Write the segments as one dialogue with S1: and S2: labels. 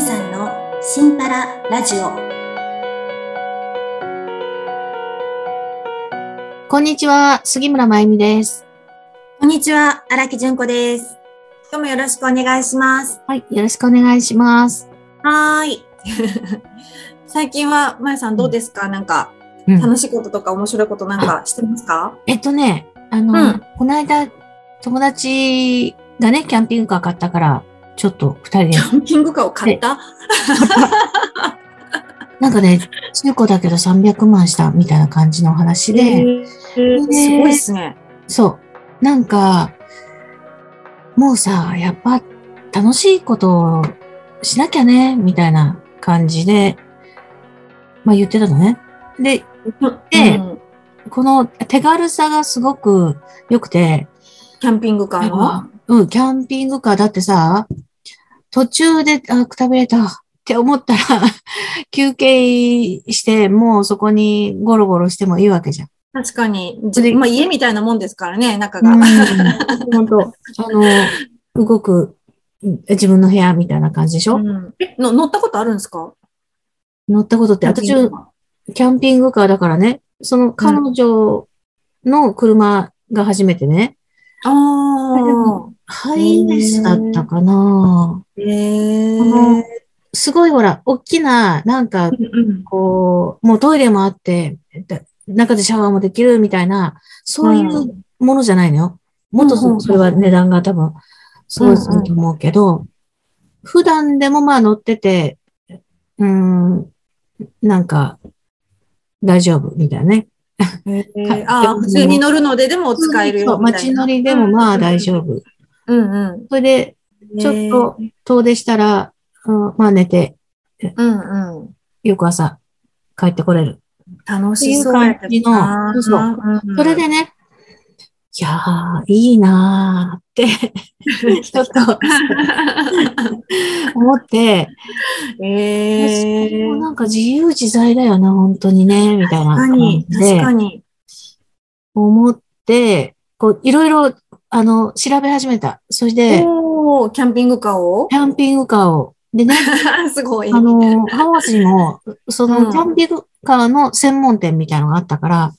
S1: さんのシンパララジオ。
S2: こんにちは、杉村まゆみです。
S1: こんにちは、荒木純子です。今日もよろしくお願いします。
S2: はい、よろしくお願いします。
S1: はーい。 最近は、まやさんどうですかなんか、
S2: うん
S1: 楽しいこととか面白いことなんかしてますか
S2: えっとね、あの、
S1: うん
S2: この間、友達がね、キャンピングカー買ったから、ちょっと二人で
S1: キ、ャンピングカーを買った
S2: なんかね、中古だけど300万したみたいな感じのお話で、
S1: すごいですね。
S2: そう、なんか、もうさ、やっぱ楽しいことをしなきゃね、みたいな感じで、まあ言ってたのね。で、で
S1: うん
S2: この手軽さがすごく良くて、
S1: キャンピングカーの
S2: あうん、キャンピングカーだってさ、途中で、あ、くたびれたって思ったら、 休憩して、もうそこにゴロゴロしてもいいわけじゃん。
S1: 確かに、
S2: それ
S1: まあ、家みたいなもんですからね、中が。
S2: 本当あの、動くうん自分の部屋みたいな感じでしょ、
S1: うんえの乗ったことあるんですか
S2: 乗ったことって、
S1: キャンピン
S2: 私
S1: グカー
S2: キャンピングカーだからね、その彼女の車が初めてね、
S1: ああ。
S2: ハイエースだったかな
S1: えー
S2: このすごいほら、大きな、なんか、こう、もうトイレもあって、だ中でシャワーもできるみたいな、そういうものじゃないのよ。もっと
S1: うんうんうん
S2: そそれは値段が多分、そうすると思うけど、普段でもまあ乗ってて、うーん、なんか、大丈夫みたいなね。
S1: えーあー普通に乗るのででも使える
S2: そ
S1: よ
S2: う
S1: みたい
S2: 街
S1: な。
S2: 乗りでもまあ大丈
S1: 夫。
S2: 夫。
S1: うんうん。
S2: それで、ちょっと遠出したら、うんまあ寝て、
S1: えー。うんうん。
S2: 翌朝帰ってこれる。
S1: 楽しそうやけどな
S2: っていう感
S1: うんうん
S2: それでね、いやー、いいなーって、ちょっと思って、
S1: えー
S2: もうなんか自由自在だよな、本当にね、みたいな
S1: 確か
S2: 感
S1: に
S2: じ、
S1: 確
S2: で
S1: かに。
S2: 思って、こう、いろいろ、あの、調べ始めた。それで、
S1: おーキャンピングカーを
S2: キャンピングカーを。でね、
S1: すごい。
S2: あの、ハワジも、そ
S1: うん
S2: の、キャンピングカーの専門店みたいなのがあったから、
S1: あ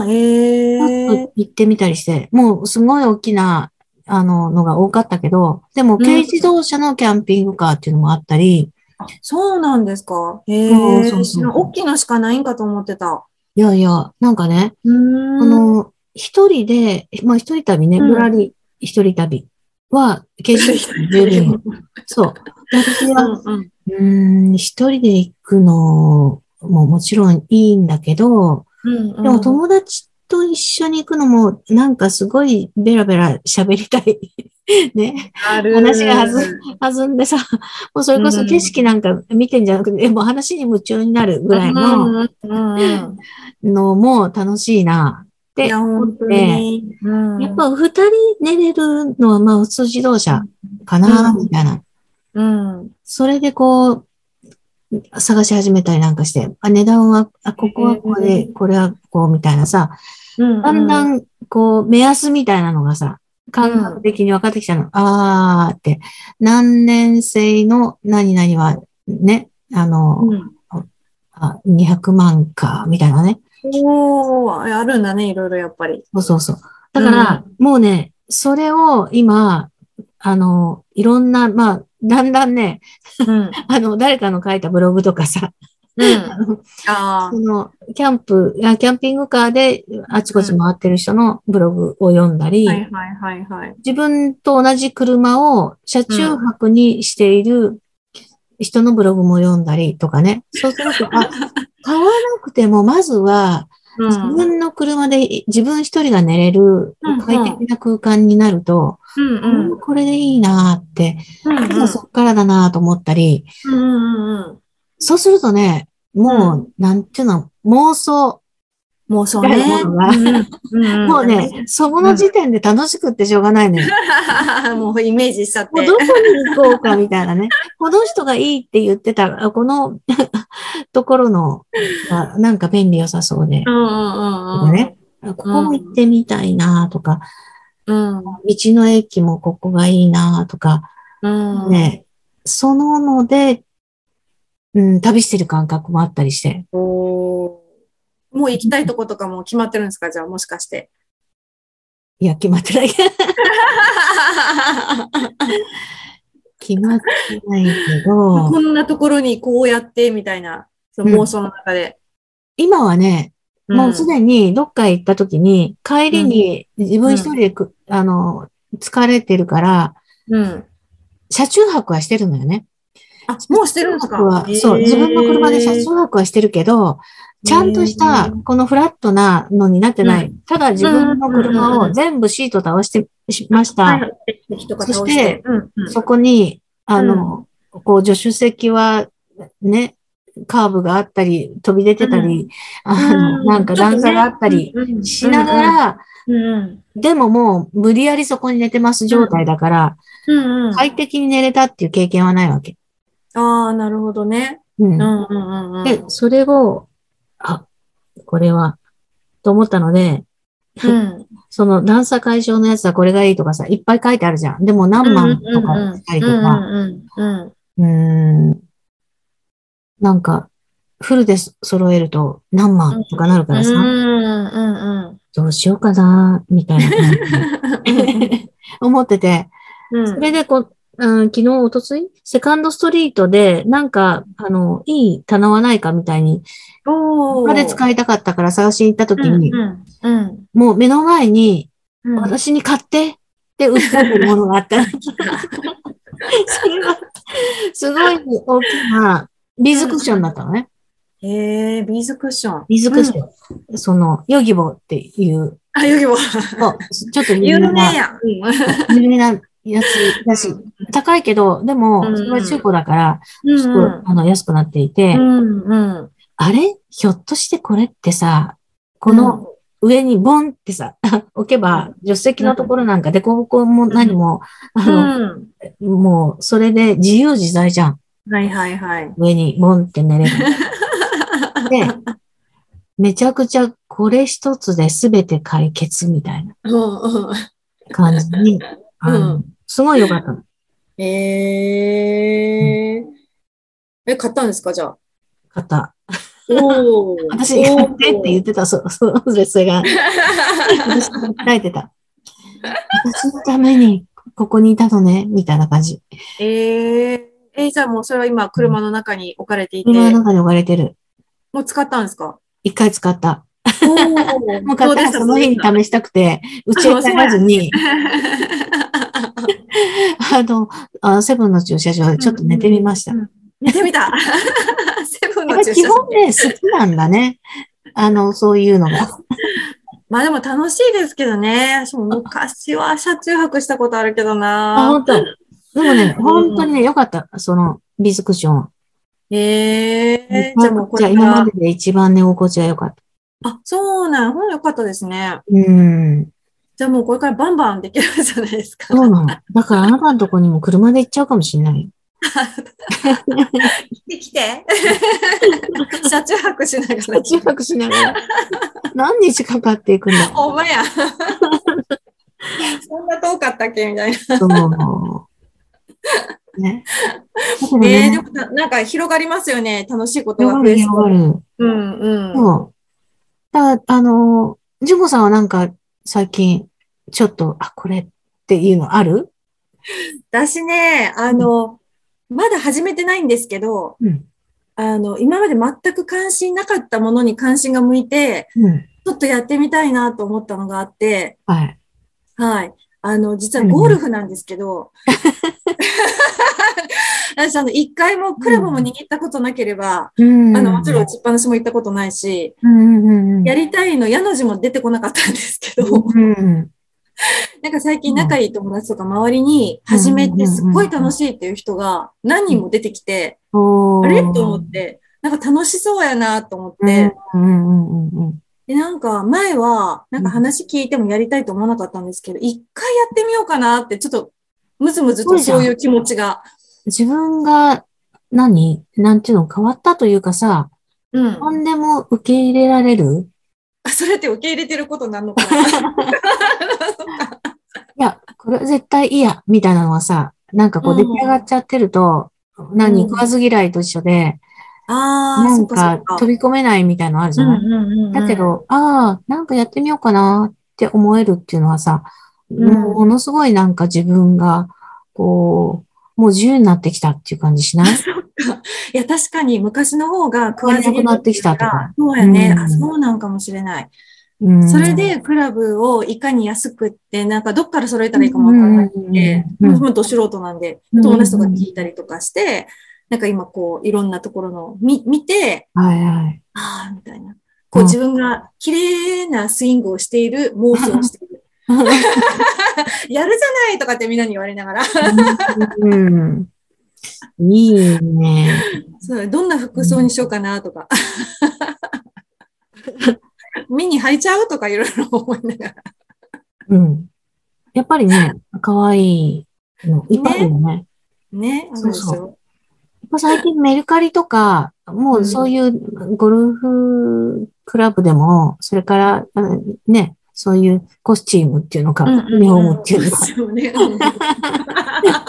S1: あ、え
S2: ちょっ
S1: ー
S2: と行ってみたりして、もうすごい大きな、あの、のが多かったけど、でも軽自動車のキャンピングカーっていうのもあったり、
S1: そうなんですか。え
S2: そうそうそ
S1: ー、
S2: う
S1: 知らん大きいのしかないんかと思ってた。
S2: いやいや、なんかね、
S1: うー
S2: あ
S1: ん。
S2: の、一人で、まあ一人旅ね、
S1: うん
S2: ぶらり一人旅は、軽自動車十分。そう。で私
S1: う
S2: は、
S1: んうん
S2: うーん、一人で行くのももちろんいいんだけど、
S1: うんうん
S2: でも友達と一緒に行くのも、なんかすごいベラベラ喋りたい。 ね。
S1: ある
S2: 話が弾む弾んでさ、 もうそれこ
S1: う
S2: そ
S1: ん
S2: 景色なんか見てんじゃなくて、もう話に夢中になるぐらい
S1: うん
S2: の
S1: うんうん
S2: のも楽しいなっ
S1: うん、い
S2: て
S1: や、
S2: 思
S1: 本
S2: っ
S1: 当
S2: て、
S1: に。うん
S2: やっ、ぱ二人寝れるのはまあ普通自動車かな、
S1: うん
S2: みたいな。
S1: うん。
S2: それでこう、探し始めたりなんかして、あ値段は、あ、ここはこうで、
S1: う
S2: これはこうみたいなさ、だ
S1: だ
S2: んだ、んこう目安みたいなのがさ、感覚的に分かってきたの。あーって、何年生の何々はね、あの、
S1: うん
S2: あ、200万か、みたいなね。
S1: おー、あるんだね、いろいろやっぱり。
S2: そうそうそう。だから、もうね、それを今、あの、いろんな、まあ、だんだんね、
S1: うん。
S2: あの、誰かの書いたブログとかさ、
S1: うん。
S2: の
S1: あ
S2: その、キャンプ、あキャンピングカーであちこち回ってる人のブログを読んだり、
S1: ー、はいはいはいはい。
S2: 自分と同じ車を車中泊にしている人のブログも読んだりとかね。そうすると、あ、買わなくても、まずは、
S1: う
S2: 自
S1: ん。
S2: 分の車で自分一人が寝れる
S1: うん
S2: 快適な空間になると、
S1: うんうん。
S2: これでいいなーって、
S1: うん
S2: まずそっからだなーと思ったり、
S1: うんうんうん。
S2: そうするとね、もう、なんていうの、妄想。
S1: もうそうね。
S2: なるものが
S1: ん
S2: もう。ね、そこの時点で楽しくってしょうがないのよ。
S1: んもうイメージしちゃって。
S2: もうどこに行こうかみたいなね。この人がいいって言ってた、あこの ところのが、なんか便利良さそうで
S1: う、んうんうんうん。
S2: ねあここも行ってみたいなーとか、
S1: うん。
S2: 道の駅もここがいいなーとか、
S1: うん。
S2: ね、そのので、うん、旅してる感覚もあったりして。
S1: おもう行きたいとことかも決まってるんですかじゃあもしかして。
S2: いや、決まってない。 決まってないけど
S1: こ、んなところにこうやってみたいな、その妄想の中で。
S2: 今はね、もうす
S1: に。
S2: でにどっか行った時に、帰りに自分一人でく、あの、疲れてるから、
S1: うん。
S2: 車中泊はしてるのよね。
S1: あ、もうしてるんです
S2: 車中泊
S1: か
S2: はそう、自分の車で車中泊はしてるけど、ちゃんとした、このフラットなのになってない。
S1: う
S2: ただ自分の車
S1: う
S2: を
S1: ん
S2: 全部シート倒してしました。
S1: 人
S2: そして、
S1: うんうん
S2: そこに、あの、こう、助手席は、ね、カーブがあったり、飛び出てたり、あの、なんか段差があったりしなが、ら、
S1: うんうん
S2: でももう無理やりそこに寝てます状態だから、
S1: うんうん、
S2: 快適に寝れたっていう経験はないわけ。
S1: ああ、なるほどね。
S2: う。
S1: うんんうんうんうん。
S2: で、それを、あ、これは、と思ったので、
S1: うん、
S2: その段差解消のやつはこれがいいとかさ、いっぱい書いてあるじゃん。でも何万とかしたりと
S1: うん
S2: か、
S1: うんうん
S2: うーん。なんか、フルで揃えると何万とかなるから
S1: う
S2: さ、
S1: ん うんうん
S2: どうしようかな、みたいな感じで思ってて、
S1: うん。
S2: それでこう、うん、昨日、おとついセカンドストリートで、なんか、あの、いい棚はないかみたいに、
S1: お
S2: 他で使いたかったから探しに行った時に、
S1: うんうん
S2: もう目の前に、
S1: うん。
S2: 私に買ってって売ってるものがあ った。それは、すごい大きな、ビーズクッションだったのね。
S1: えー、ビーズクッション。
S2: ビーズクッション。その、ヨギボーっていう、
S1: あ、ヨギボー。
S2: そうちょっと有
S1: 有
S2: 名
S1: 名
S2: な、
S1: やん。う
S2: 有名なやつだし、高いけど、でも、
S1: うん
S2: それは中古だから、
S1: ん
S2: ちょっと、あの、安くなっていて、
S1: うんうん。
S2: あれひょっとしてこれってさ、この上にボンってさ、 置けば、助手席のところなんか、凸凹も何も、
S1: う
S2: あ
S1: ん、うん。
S2: の、もう、それで自由自在じゃん。
S1: はいはいはい。
S2: 上にボンって寝れる。 で、めちゃくちゃこれ一つで全て解決みたいな
S1: うんうん
S2: 感じに、あの
S1: う
S2: すごい良かったの。
S1: えー。え、買ったんですかじゃあ。
S2: 方。
S1: おお。
S2: 私に買ってって言ってた、そう、そうですが、私が訴えてた。私のためにここにいたのね、みたいな感じ。
S1: えー、えーじゃあもうそれは今車の中に置かれていて、
S2: 今の中に置かれてる。
S1: もう使ったんです か
S2: 一回使った。
S1: おお
S2: もう買ったらその日に試したくて、うちへ帰らずに、あの、あセブンの駐車場でちょっと寝てみました。
S1: 寝てみ た セブン
S2: や
S1: の
S2: っ
S1: 駐
S2: ぱり
S1: 車
S2: 基
S1: 場
S2: 本。ね、好きなんだね。あの、そういうのが。
S1: まあでも楽しいですけどね。そう昔は車中泊したことあるけど
S2: あ、
S1: な。
S2: 本当。でもね、本当にね、良かった。その、ビーズクッションは。
S1: ええー、じゃあもうこ
S2: じゃあ
S1: れか
S2: 今ま
S1: ら
S2: で。で一番寝心地は良かった。
S1: あ、そうなん。ほんよかったですね。
S2: うん。
S1: じゃあもうこれからバンバンできるじゃないですか。
S2: そうなの。だからあなたのとこにも車で行っちゃうかもし れない。
S1: 来て来て。 車中泊しながら。
S2: 中泊しながら。何日かかっていくん だ
S1: ほんま や。そんな遠かったっけみたいな。
S2: と思う。 ね。だから
S1: ねえ、
S2: ね
S1: で、もななんか広がりますよね。楽しいことが
S2: 広が
S1: 増えそう。
S2: る広がる。
S1: うんうん。
S2: そう。だあの、ジュゴさんはなんか最近、ちょっと、あ、これっていうのある
S1: 私ね、あの、まだ始めてないんですけど、
S2: うん。
S1: あの、今まで全く関心なかったものに関心が向いて、
S2: うん。
S1: ちょっとやってみたいなと思ったのがあって、
S2: はい。
S1: はい。あの、実はゴルフなんですけ ど、私、あの、一回もクラブも握ったことなければ、
S2: うん
S1: あの、もちろん打ちっぱなしも行ったことないし、
S2: うんうんうん。
S1: やりたいの、矢の字も出てこなかったんですけど、
S2: うん。
S1: なんか最近仲いい友達とか周りに始めてすっごい楽しいっていう人が何人も出てきて、
S2: お
S1: あ
S2: ー
S1: れと思って、なんか楽しそうやなと思って、
S2: うんうんうんうん
S1: で、なんか前は、なんか話聞いてもやりたいと思わなかったんですけど、一回やってみようかなって、ちょっと、むずむずとそういう気持ちが。
S2: 自分が何、なんていうの変わったというかさ、
S1: うん。
S2: 何でも受け入れられる
S1: あ、それって受け入れてることなのか な
S2: いや、これは絶対いいや、みたいなのはさ、なんかこ
S1: う
S2: う
S1: ん
S2: 出来上がっちゃってると、何、食わず嫌いと一緒で、
S1: ああ、
S2: な
S1: そっ
S2: ん
S1: か
S2: か
S1: そっ
S2: 飛
S1: か。
S2: び込めないみたいのあるじ
S1: う
S2: ゃ
S1: ん
S2: ない、
S1: うんうんうん
S2: だけ、ど、ああ、なんかやってみようかなって思えるっていうのはさ、
S1: うん
S2: ものすごいなんか自分が、こう、もう自由になってきたっていう感じしない
S1: いや、確かに昔の方が食わ
S2: わ
S1: れ
S2: れなくなってきたとか。
S1: そうやね。
S2: うん
S1: あ、そうなんかもしれない。
S2: う ん
S1: それ、でクラブをいかに安くって、なんかどっから揃えたらいいかもわからないんで、
S2: うんうん
S1: もうど素人なんで、
S2: うん
S1: 友達とかに聞いたりとかして、なんか今こう、いろんなところの見、見て、
S2: はいはい。
S1: ああ、みたいな。こう
S2: うん
S1: 自分が綺麗なスイングをしている、妄想をしている。 やるじゃないとかってみんなに言われながら、
S2: うん、いいね。
S1: そうどんな服装にしようかなとか。 目に履いちゃうとかいろいろ思いながら。
S2: うん。やっぱりね、可愛いの、いっぱいあるよね。
S1: ね、あ
S2: そ
S1: る
S2: う
S1: でし
S2: そう
S1: ょ。
S2: やっぱ最近メルカリとか、もうそういうゴルフクラブでも、それから、うんね、そういうコスチームっていうのか、
S1: うんうんうん
S2: ユニフォームっていうのか、
S1: そうね。うん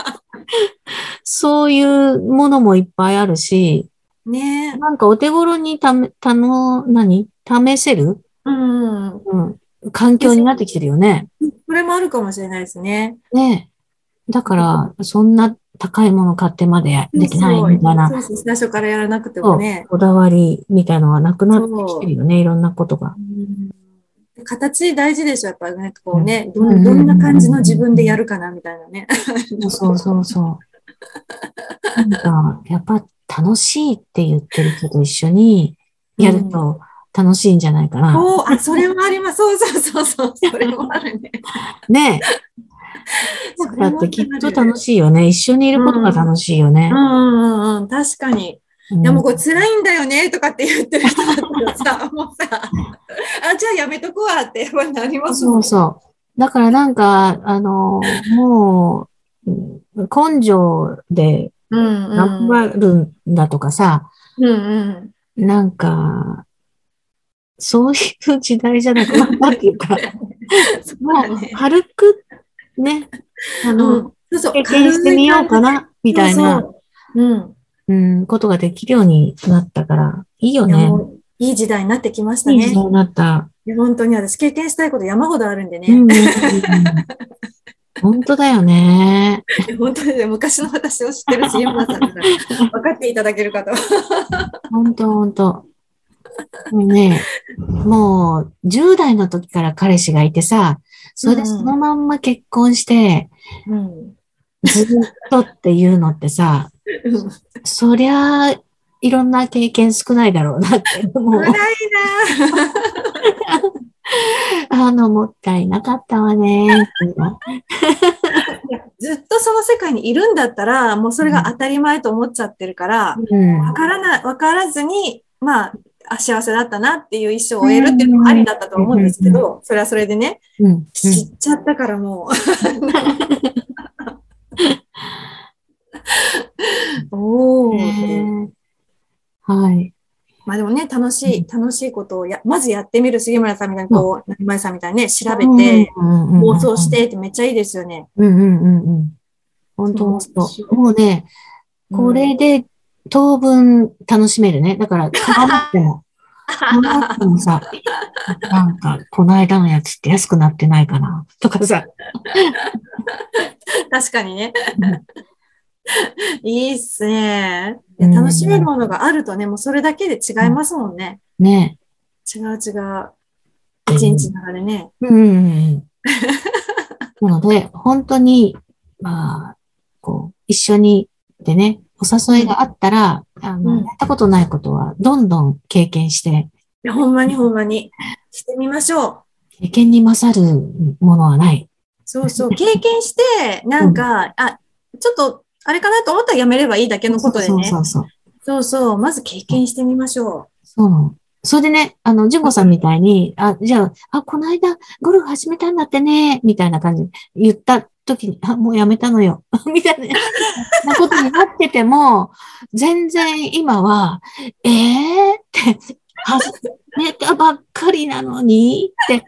S2: そういうものもいっぱいあるし、
S1: ね
S2: なんかお手頃にため、たの、何試せる、
S1: うん。
S2: うん、環境になってきてるよね。
S1: これもあるかもしれないですね。
S2: ね。だから、そんな高いもの買ってまでできないみたいな、
S1: そうそう、最初からやらなくて
S2: そ
S1: も
S2: う
S1: ね。
S2: こだわりみたいのはなくなってきてるよね、いろんなことが。
S1: うん形大事でしょ、やっぱりね、こうね、ど
S2: うん
S1: んどんな感じの自分でやるかな、みたいなね。
S2: そうそうそう。なんか、やっぱ楽しいって言ってる人と一緒にやると楽しいんじゃないかな。
S1: おーあ、それもあります。そうそうそうそう、それもあるね。
S2: ね
S1: そ
S2: え。だってきっと楽
S1: い。
S2: しいよね。一緒にいることが楽しいよね
S1: う。んうんうん、確かに。
S2: うん
S1: いやもうこれ辛いんだよねとかって言ってる人だったらさ、もうさ、あ、じゃあやめとくわってやっぱりなります
S2: そうそう。だからなんか、あの、もう、うん根性で
S1: う。うんうん。
S2: 頑張るんだとかさ、
S1: うんうん。
S2: なんか、そういう時代じゃなくなったってい うか、
S1: そう
S2: まあ
S1: だ、ね。
S2: 軽く、ね、あ
S1: う
S2: の、
S1: ん。そうそう。
S2: 経験してみようかな、みたいな、
S1: そうそう。うん。
S2: うん、ことができるようになったから、いいよ
S1: いや
S2: ね。
S1: もういい時代になってきました
S2: いい
S1: ね
S2: 時。代になった。
S1: いや本当に私経験したいこと山ほどあるんで
S2: うん
S1: ね。
S2: うんうんうん本当だよね。
S1: いや本当にね昔の私を知ってるし、山田さん だから分かっていただけるかと。
S2: 本当本当もうね、もう、10代の時から彼氏がいてさ、それでそのまんま結婚して、
S1: うん。
S2: ずっとっていうのってさ、そりゃ、いろんな経験少ないだろうなって思う
S1: 辛い。なぁ。
S2: あの、もったいなかったわね。
S1: ずっとその世界にいるんだったら、もうそれが当たり前と思っちゃってるから、
S2: うん。
S1: わからない、わからずに、まあ、あ幸せだったなっていう一生を終えるっていうのもありだったと思うんですけど、それはそれでね、
S2: うんうん
S1: 知っちゃったからも う。おー。
S2: ねはい。
S1: まあでもね、楽しい、楽しいことをや、まずやってみる杉村さんみたいに、こう、成前さんみたいにね、調べて、
S2: 妄
S1: 妄想し。てってめっちゃいいですよね。
S2: うんうんうんうん。本当
S1: そう
S2: 本当。もうね、これで当分楽しめるね。だから、買わなくても。買わなくても さ、なんか、この間のやつって安くなってないかな。とかさ。
S1: 確かにね
S2: うん。
S1: いいっすね。い
S2: うん
S1: や楽しめるものがあるとね、もうそれだけで違いますもんね。
S2: ね。
S1: 違う違う。一日の中でね。
S2: うんうんうんうん。なので、本当に、まあ、こう、一緒にでね、お誘いがあったら、あの、
S1: うん
S2: やったことないことは、どんどん経験して、
S1: いや、ほんまにほんまに。してみましょう。
S2: 経験に勝るものはない。
S1: そうそう。経験して、なんか、あ、ちょっと、あれかなと思ったらやめればいいだけのことで
S2: そう
S1: ね。
S2: そうそう。
S1: そうそう。まず経験してみましょ
S2: そうなの。それでね、あの、純子さんみたいに、あ、じゃあ、あ、この間、ゴルフ始めたんだってね、みたいな感じで言った時に、あ、もうやめたのよ、 みたいな、なことになってても、全然今は、えーって、始めたばっかりなのに、って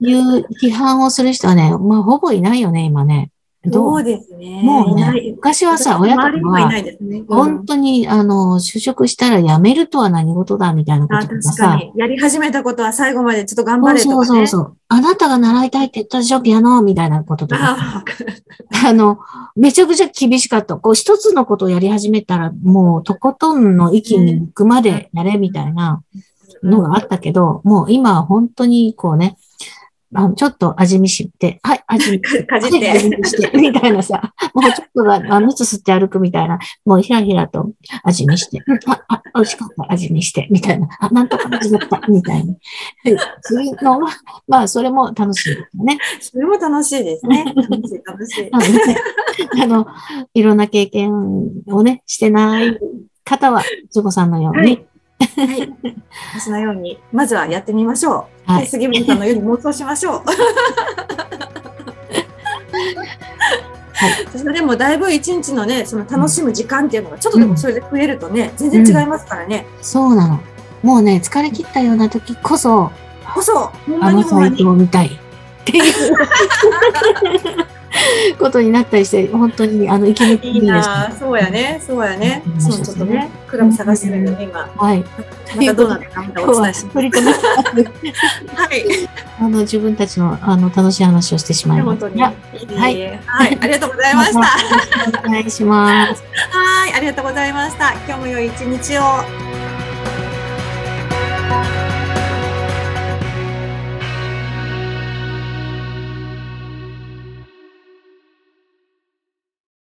S2: いう批判をする人はね、まあ、ほぼいないよね、今ね。ど
S1: そううですね。
S2: もう
S1: いな
S2: ね、
S1: い。
S2: 昔はさ、親とか
S1: 周りにはいな
S2: は、
S1: いですね。うん
S2: 本当に、あの、就職したら辞めるとは何事だみたいなこ
S1: あ
S2: とと
S1: 確
S2: か
S1: か
S2: さ、
S1: に。やり始めたことは最後までちょっと頑張
S2: そう
S1: れとか、ね。
S2: そうそうそう。あなたが習いたいって言ったでしょ、ピアノみたいなこととか。
S1: ああ、わかる。
S2: あの、めちゃくちゃ厳しかった。こう、一つのことをやり始めたら、もう、とことんの域に行くまでやれみたいなのがあったけど、もう今は本当に、こうね、あのちょっと味見して、はい、味見
S1: かかじっ
S2: はい味
S1: て。
S2: 見して、みたいなさ、もうちょっとだ、あの、つ吸って歩くみたいな、もうひらひらと味見して、うんあ、あ、美味しかった、味見して、みたいな、あ、なんとか味だった、みたいな。そういうのは、まあ、それも楽しいですね。
S1: それも楽しい ですね。楽しい、楽しい。
S2: なのであの、いろんな経験をね、してない方は、ジ子さんのよう
S1: は
S2: に
S1: い、はい。私のように、まずはやってみましょう。
S2: はい
S1: で杉本さんのように妄想しまし ょう。
S2: い
S1: それでもだいぶ一日のね、その楽しむ時間っていうのがちょっとでもそれで増えるとね、全然違いますからね。
S2: そうなの。もうね、疲れ切ったような時こそ、
S1: こそ、ほんま
S2: あ
S1: に
S2: の
S1: ほんま
S2: サイト
S1: に。
S2: を見たい。っていうことになったりして、本当に、あの、息抜き
S1: いい
S2: にです
S1: なあそうやね、そうやね
S2: う。ん
S1: そう、ちょっとね、クラブ探してるんでね、今。
S2: はい。
S1: またどうなったか、またお
S2: 今日
S1: 伝
S2: は
S1: えします。
S2: 取り留めなく、
S1: はい。
S2: あの、自分たちの、あの、楽しい話をしてしまいま
S1: 本当
S2: した。
S1: に。
S2: はい
S1: いえいえはい。ありがとうござい ました。は
S2: た。お願いします。
S1: い。ありがとうございました。今日も良い一日を。